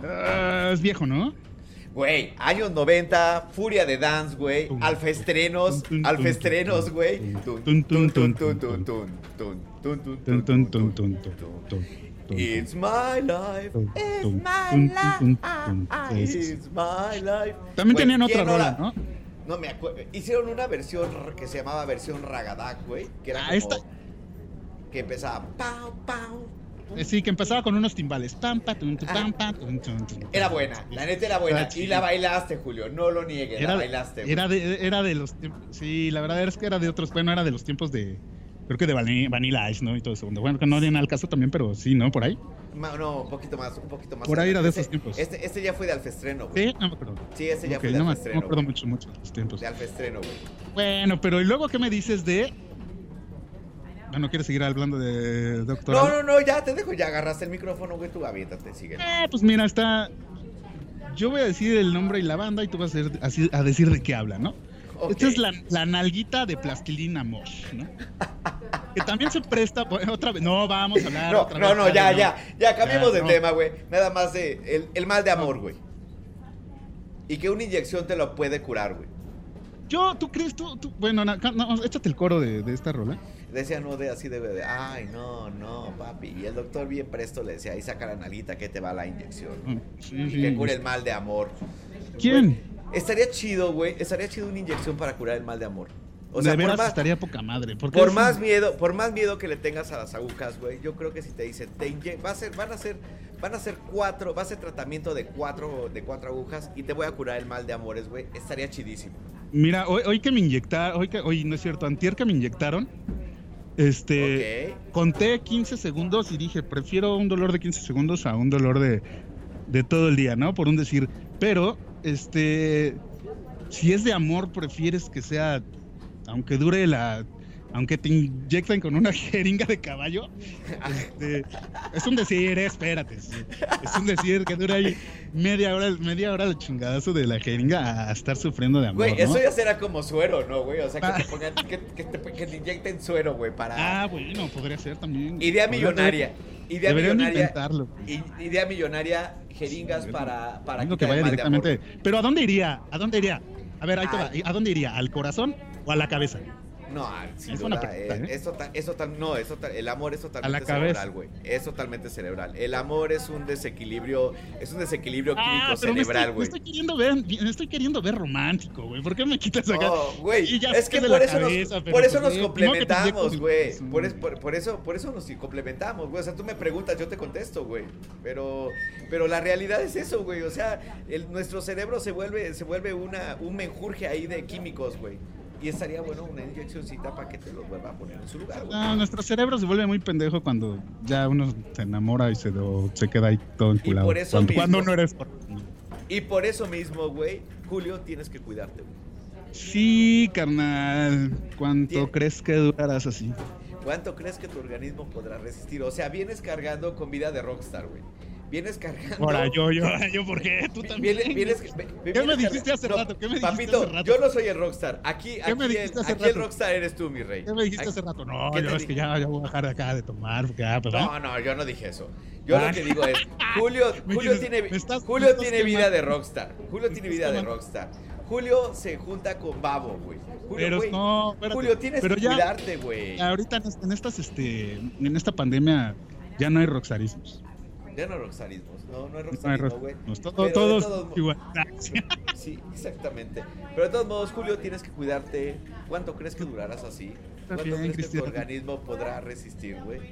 [SPEAKER 4] Ah, es viejo, ¿no?
[SPEAKER 5] Güey, años 90, furia de dance, güey,
[SPEAKER 4] Tum,
[SPEAKER 5] alfestrenos,
[SPEAKER 4] tum, tum,
[SPEAKER 5] alfestrenos,
[SPEAKER 4] tum,
[SPEAKER 5] güey.
[SPEAKER 4] tum,
[SPEAKER 5] Tun,
[SPEAKER 4] tum,
[SPEAKER 5] tun, tun,
[SPEAKER 4] tum,
[SPEAKER 5] tun, tun,
[SPEAKER 4] tum, Tun,
[SPEAKER 5] tun, tun, tun, tun, tun,
[SPEAKER 4] tun, tun, tun,
[SPEAKER 5] tun,
[SPEAKER 4] tun,
[SPEAKER 5] tun.
[SPEAKER 4] tun, tun.
[SPEAKER 5] It's my life,
[SPEAKER 4] Tum,
[SPEAKER 5] it's
[SPEAKER 4] tum,
[SPEAKER 5] my
[SPEAKER 4] tum,
[SPEAKER 5] Ah,
[SPEAKER 4] tum, tum,
[SPEAKER 5] life,
[SPEAKER 4] tum. Sí, sí, sí.
[SPEAKER 5] it's my life.
[SPEAKER 4] También
[SPEAKER 5] Güey,
[SPEAKER 4] tenían otra
[SPEAKER 5] ¿quién no
[SPEAKER 4] rola,
[SPEAKER 5] la-
[SPEAKER 4] ¿no?
[SPEAKER 5] No me acuerdo. Hicieron una versión r- que se llamaba versión Ragadak, güey. Que era
[SPEAKER 4] Ah,
[SPEAKER 5] como-
[SPEAKER 4] esta-
[SPEAKER 5] Que empezaba pau, pau.
[SPEAKER 4] Eh, Sí, que empezaba con unos timbales. Pam, pa, tum, tu, pam, pa, tum, tum, tum.
[SPEAKER 5] Era buena, la neta era buena.
[SPEAKER 4] Era
[SPEAKER 5] Y
[SPEAKER 4] chida.
[SPEAKER 5] la bailaste, Julio, no lo niegues, la
[SPEAKER 4] Era,
[SPEAKER 5] bailaste. güey.
[SPEAKER 4] era de, era de los tiempos. Sí, la verdad es que era de otros. Bueno, era de los tiempos de. Creo que de Vanilla, Vanilla Ice, ¿no? Y todo eso. Bueno, que no viene al caso también, pero sí, ¿no? Por ahí.
[SPEAKER 5] Ma- no, un poquito más, un poquito más.
[SPEAKER 4] Por ahí era de
[SPEAKER 5] Este-
[SPEAKER 4] esos tiempos.
[SPEAKER 5] Este, este ya fue de alfestreno, güey.
[SPEAKER 4] Sí, no me acuerdo.
[SPEAKER 5] Sí, este ya
[SPEAKER 4] Ok,
[SPEAKER 5] fue
[SPEAKER 4] no me,
[SPEAKER 5] de
[SPEAKER 4] no me
[SPEAKER 5] alfestreno.
[SPEAKER 4] acuerdo
[SPEAKER 5] güey.
[SPEAKER 4] mucho, mucho de los tiempos.
[SPEAKER 5] De alfestreno, güey.
[SPEAKER 4] Bueno, pero ¿y luego qué me dices de.? Ah, no quieres seguir hablando de Doctor
[SPEAKER 5] No,
[SPEAKER 4] Alban?
[SPEAKER 5] no, no, ya te dejo, ya agarraste el micrófono, güey, tú aviéntate, sigue.
[SPEAKER 4] Eh, pues mira, está. Yo voy a decir el nombre y la banda y tú vas a, decir- así- a decir de qué habla, ¿no?
[SPEAKER 5] Ok.
[SPEAKER 4] Esta es la, la nalguita de plastilina Mosh, ¿no? que también se presta. bueno, Otra vez. No, vamos a hablar.
[SPEAKER 5] No,
[SPEAKER 4] otra
[SPEAKER 5] no,
[SPEAKER 4] vez,
[SPEAKER 5] no, ya,
[SPEAKER 4] no.
[SPEAKER 5] ya, ya, cambiemos
[SPEAKER 4] Ya,
[SPEAKER 5] de
[SPEAKER 4] no.
[SPEAKER 5] tema, güey. Nada más de el, el mal de amor,
[SPEAKER 4] No.
[SPEAKER 5] güey. Y que una inyección te lo puede curar, güey.
[SPEAKER 4] Yo, ¿tú crees? Tú, tú- bueno, na- no, échate el coro de, de esta rola.
[SPEAKER 5] Decía, no, de así de, de, ay, no, no, papi. Y el doctor bien presto le decía, ahí saca la nalita que te va la inyección.
[SPEAKER 4] Mm, sí, sí.
[SPEAKER 5] que cure el mal de amor.
[SPEAKER 4] ¿Quién?
[SPEAKER 5] Güey, estaría chido, güey. Estaría chido una inyección para curar el mal de amor. O sea,
[SPEAKER 4] de
[SPEAKER 5] por
[SPEAKER 4] veras
[SPEAKER 5] más,
[SPEAKER 4] estaría poca madre. Porque
[SPEAKER 5] por
[SPEAKER 4] es-
[SPEAKER 5] más miedo, por más miedo que le tengas a las agujas, güey, yo creo que si te dicen, te inye- va a ser, van a ser, van a ser cuatro, va a ser tratamiento de cuatro, de cuatro agujas y te voy a curar el mal de amores, güey. Estaría chidísimo.
[SPEAKER 4] Mira, hoy, hoy que me inyectaron, hoy, que- hoy no es cierto, antier que me inyectaron, este,
[SPEAKER 5] ok.
[SPEAKER 4] conté 15 segundos y dije, prefiero un dolor de 15 segundos a un dolor de, de todo el día, ¿no? Por un decir, pero, este, si es de amor, prefieres que sea, aunque dure la, aunque te inyecten con una jeringa de caballo, este, es un decir, eh, espérate, sí. es un decir que dura ahí media hora, media hora el chingadazo de la jeringa a estar sufriendo de amor,
[SPEAKER 5] Güey,
[SPEAKER 4] ¿no?
[SPEAKER 5] eso ya será como suero, ¿no, güey? O sea,
[SPEAKER 4] Ah.
[SPEAKER 5] que te pongan, que, que te, que te inyecten suero, güey, para...
[SPEAKER 4] Ah, bueno, podría ser también. Podría
[SPEAKER 5] idea millonaria.
[SPEAKER 4] ser.
[SPEAKER 5] Idea
[SPEAKER 4] Deberían de
[SPEAKER 5] millonaria.
[SPEAKER 4] intentarlo.
[SPEAKER 5] i- Idea millonaria, jeringas
[SPEAKER 4] Sí,
[SPEAKER 5] para, para
[SPEAKER 4] Digo que
[SPEAKER 5] quitar el
[SPEAKER 4] vaya
[SPEAKER 5] mal de amor.
[SPEAKER 4] directamente. Pero ¿a dónde iría? ¿A dónde iría? A ver, ahí te
[SPEAKER 5] Ah.
[SPEAKER 4] va. ¿A dónde iría? ¿Al corazón o a la cabeza?
[SPEAKER 5] No, ah, sin
[SPEAKER 4] Es
[SPEAKER 5] duda,
[SPEAKER 4] una pregunta,
[SPEAKER 5] eh,
[SPEAKER 4] ¿eh?
[SPEAKER 5] es total- es total- no, es total- el amor es totalmente
[SPEAKER 4] la cabeza.
[SPEAKER 5] cerebral, güey. Es totalmente cerebral. El amor es un desequilibrio, es un desequilibrio
[SPEAKER 4] Ah,
[SPEAKER 5] químico
[SPEAKER 4] pero me estoy,
[SPEAKER 5] cerebral,
[SPEAKER 4] me
[SPEAKER 5] güey.
[SPEAKER 4] estoy queriendo ver, me estoy queriendo ver romántico, güey. ¿Por qué me quitas acá?
[SPEAKER 5] Oh, güey,
[SPEAKER 4] Y ya
[SPEAKER 5] es
[SPEAKER 4] sé
[SPEAKER 5] que
[SPEAKER 4] de
[SPEAKER 5] por
[SPEAKER 4] la
[SPEAKER 5] eso,
[SPEAKER 4] cabeza,
[SPEAKER 5] nos,
[SPEAKER 4] pero
[SPEAKER 5] por eso
[SPEAKER 4] pues,
[SPEAKER 5] nos
[SPEAKER 4] güey, ni modo que te
[SPEAKER 5] complementamos,
[SPEAKER 4] inyectes
[SPEAKER 5] güey.
[SPEAKER 4] el
[SPEAKER 5] Por, es-
[SPEAKER 4] corazón,
[SPEAKER 5] por, por eso, por eso nos complementamos, güey. O sea, tú me preguntas, yo te contesto, güey. Pero, pero la realidad es eso, güey. O sea, el- nuestro cerebro se vuelve, se vuelve una, un menjurje ahí de químicos, güey. Y estaría bueno una inyeccióncita para que te los vuelva a poner en su lugar, güey.
[SPEAKER 4] No, nuestro cerebro se vuelve muy pendejo cuando ya uno se enamora y se, lo- se queda ahí todo
[SPEAKER 5] Y
[SPEAKER 4] enculado.
[SPEAKER 5] por eso
[SPEAKER 4] cuando,
[SPEAKER 5] mismo-
[SPEAKER 4] cuando no eres
[SPEAKER 5] Y por eso mismo, güey, Julio, tienes que cuidarte, güey.
[SPEAKER 4] Sí, carnal. Cuanto
[SPEAKER 5] Tiene-
[SPEAKER 4] crees que durarás así.
[SPEAKER 5] ¿Cuánto crees que tu organismo podrá resistir? O sea, vienes cargando con vida de rockstar, güey. Vienes cargando.
[SPEAKER 4] Ahora yo, yo, yo, ¿por qué? Tú también.
[SPEAKER 5] Vienes- vienes- ve- ve-
[SPEAKER 4] ¿Qué me
[SPEAKER 5] vienes
[SPEAKER 4] dijiste
[SPEAKER 5] carga-
[SPEAKER 4] hace
[SPEAKER 5] No,
[SPEAKER 4] rato? ¿Qué me dijiste
[SPEAKER 5] Papito,
[SPEAKER 4] hace rato?
[SPEAKER 5] yo no soy el rockstar. Aquí,
[SPEAKER 4] ¿Qué me
[SPEAKER 5] aquí
[SPEAKER 4] dijiste
[SPEAKER 5] el,
[SPEAKER 4] hace
[SPEAKER 5] aquí el
[SPEAKER 4] rato?
[SPEAKER 5] rockstar eres tú, mi rey.
[SPEAKER 4] ¿Qué me dijiste
[SPEAKER 5] Aquí-
[SPEAKER 4] hace rato? No,
[SPEAKER 5] ¿Qué
[SPEAKER 4] yo
[SPEAKER 5] te
[SPEAKER 4] es que
[SPEAKER 5] dije?
[SPEAKER 4] ya, ya voy a dejar de acá de tomar, porque ya, pues,
[SPEAKER 5] No,
[SPEAKER 4] ¿va?
[SPEAKER 5] no, yo no dije eso. Yo
[SPEAKER 4] Ah.
[SPEAKER 5] lo que digo es, Julio,
[SPEAKER 4] Me
[SPEAKER 5] Julio
[SPEAKER 4] dices,
[SPEAKER 5] tiene,
[SPEAKER 4] me estás-
[SPEAKER 5] Julio
[SPEAKER 4] me estás
[SPEAKER 5] tiene vida
[SPEAKER 4] quemando.
[SPEAKER 5] de rockstar. Julio
[SPEAKER 4] Me
[SPEAKER 5] tiene
[SPEAKER 4] estás
[SPEAKER 5] vida de
[SPEAKER 4] quemando.
[SPEAKER 5] rockstar. Julio se junta con Babo, güey. Julio,
[SPEAKER 4] Pero
[SPEAKER 5] güey,
[SPEAKER 4] no, espérate.
[SPEAKER 5] Julio, tienes
[SPEAKER 4] Pero
[SPEAKER 5] que
[SPEAKER 4] ya-
[SPEAKER 5] cuidarte, güey.
[SPEAKER 4] Ahorita en est- en estas, este, en esta pandemia ya no hay rockstarismos.
[SPEAKER 5] Ya no rockstarismos. No, no es
[SPEAKER 4] No hay
[SPEAKER 5] rockstarismo, güey.
[SPEAKER 4] rockstarismos. Todo-
[SPEAKER 5] Pero de
[SPEAKER 4] todos
[SPEAKER 5] todos mo-
[SPEAKER 4] igual. Ah,
[SPEAKER 5] Sí, exactamente. Pero de todos modos, Julio, tienes que cuidarte. ¿Cuánto crees que durarás así? ¿Cuánto
[SPEAKER 4] bien,
[SPEAKER 5] crees
[SPEAKER 4] Cristian.
[SPEAKER 5] que tu organismo podrá resistir, güey?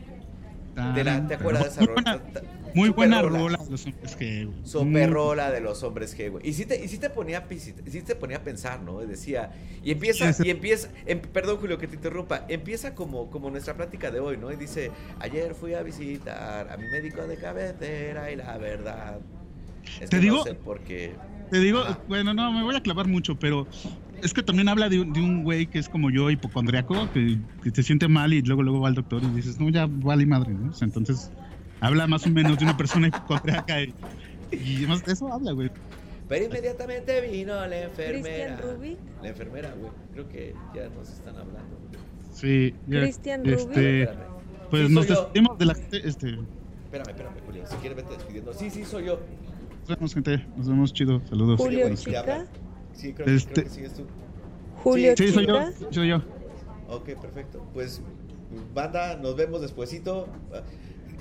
[SPEAKER 4] Ah,
[SPEAKER 5] ¿Te, la- te acuerdas de esa
[SPEAKER 4] Muy
[SPEAKER 5] rola?
[SPEAKER 4] buena,
[SPEAKER 5] Ta-
[SPEAKER 4] muy buena
[SPEAKER 5] superrola.
[SPEAKER 4] rola de los hombres que. güey. Muy-
[SPEAKER 5] Superrola de los hombres G, güey. Y sí te, y sí te ponía, pis- y sí te ponía a pensar, ¿no? Y Decía, y empieza,
[SPEAKER 4] Sí, sí.
[SPEAKER 5] y empieza, em- perdón Julio que te interrumpa, empieza como, como nuestra plática de hoy, ¿no? Y dice, ayer fui a visitar a mi médico de cabecera y la verdad. Es
[SPEAKER 4] Te
[SPEAKER 5] que
[SPEAKER 4] digo-
[SPEAKER 5] No sé por qué.
[SPEAKER 4] Te digo,
[SPEAKER 5] Ajá.
[SPEAKER 4] bueno, no, me voy a clavar mucho, pero es que también habla de un, de un güey que es como yo, hipocondriaco, que, que se siente mal y luego luego va al doctor y dices, no, ya vale madre, ¿no? O sea, entonces habla más o menos de una persona hipocondriaca y, y además de eso habla, güey.
[SPEAKER 5] Pero inmediatamente vino la enfermera.
[SPEAKER 6] Cristian Rubik.
[SPEAKER 5] La enfermera, güey. Creo que ya nos están hablando.
[SPEAKER 4] Sí. ya,
[SPEAKER 6] Cristian
[SPEAKER 4] Este,
[SPEAKER 5] Espérame,
[SPEAKER 4] pues
[SPEAKER 5] Sí,
[SPEAKER 4] nos
[SPEAKER 5] soy yo.
[SPEAKER 4] despedimos de la gente, este,
[SPEAKER 5] espérame, espérame, Julio. Si quieres vete despidiendo. Sí, sí, soy yo.
[SPEAKER 4] nos vemos gente, nos vemos chido, saludos.
[SPEAKER 6] Julio
[SPEAKER 5] bueno, sí,
[SPEAKER 6] Chica.
[SPEAKER 5] habla. Sí, creo, que- creo
[SPEAKER 4] Este-
[SPEAKER 5] que sigues tú.
[SPEAKER 6] Julio
[SPEAKER 4] Sí, soy yo,
[SPEAKER 6] Chica.
[SPEAKER 4] soy yo.
[SPEAKER 5] Ok, perfecto. Pues, banda, nos vemos despuesito.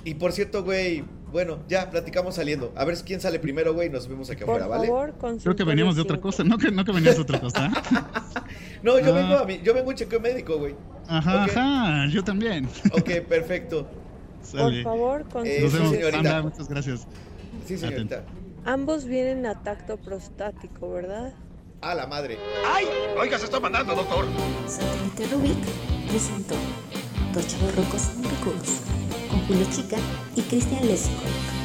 [SPEAKER 5] Y por cierto, güey, bueno, ya platicamos saliendo. A ver quién sale primero, güey, nos vemos aquí
[SPEAKER 6] Por
[SPEAKER 5] afuera, ¿vale?
[SPEAKER 6] favor, consulta.
[SPEAKER 4] Creo que veníamos de otra cosa, no que, no que venías de otra cosa. ¿eh?
[SPEAKER 5] No, yo
[SPEAKER 4] Ah.
[SPEAKER 5] vengo a mi, yo vengo a un chequeo médico, güey.
[SPEAKER 4] Ajá,
[SPEAKER 5] Ok.
[SPEAKER 4] ajá, yo también.
[SPEAKER 5] Ok, perfecto.
[SPEAKER 6] Por
[SPEAKER 4] Sale.
[SPEAKER 6] favor, consulta.
[SPEAKER 5] Eh,
[SPEAKER 4] Nos
[SPEAKER 5] sí,
[SPEAKER 4] vemos,
[SPEAKER 5] señorita.
[SPEAKER 4] Sandra, muchas gracias.
[SPEAKER 5] Sí, señorita.
[SPEAKER 6] Ambos vienen a tacto prostático, ¿verdad?
[SPEAKER 5] A la madre.
[SPEAKER 3] ¡Ay! Oiga, se está mandando, doctor.
[SPEAKER 2] Satélite Rubik presentó Dos chavos rucos muy picudos con Julio Chica y Cristian Lescott.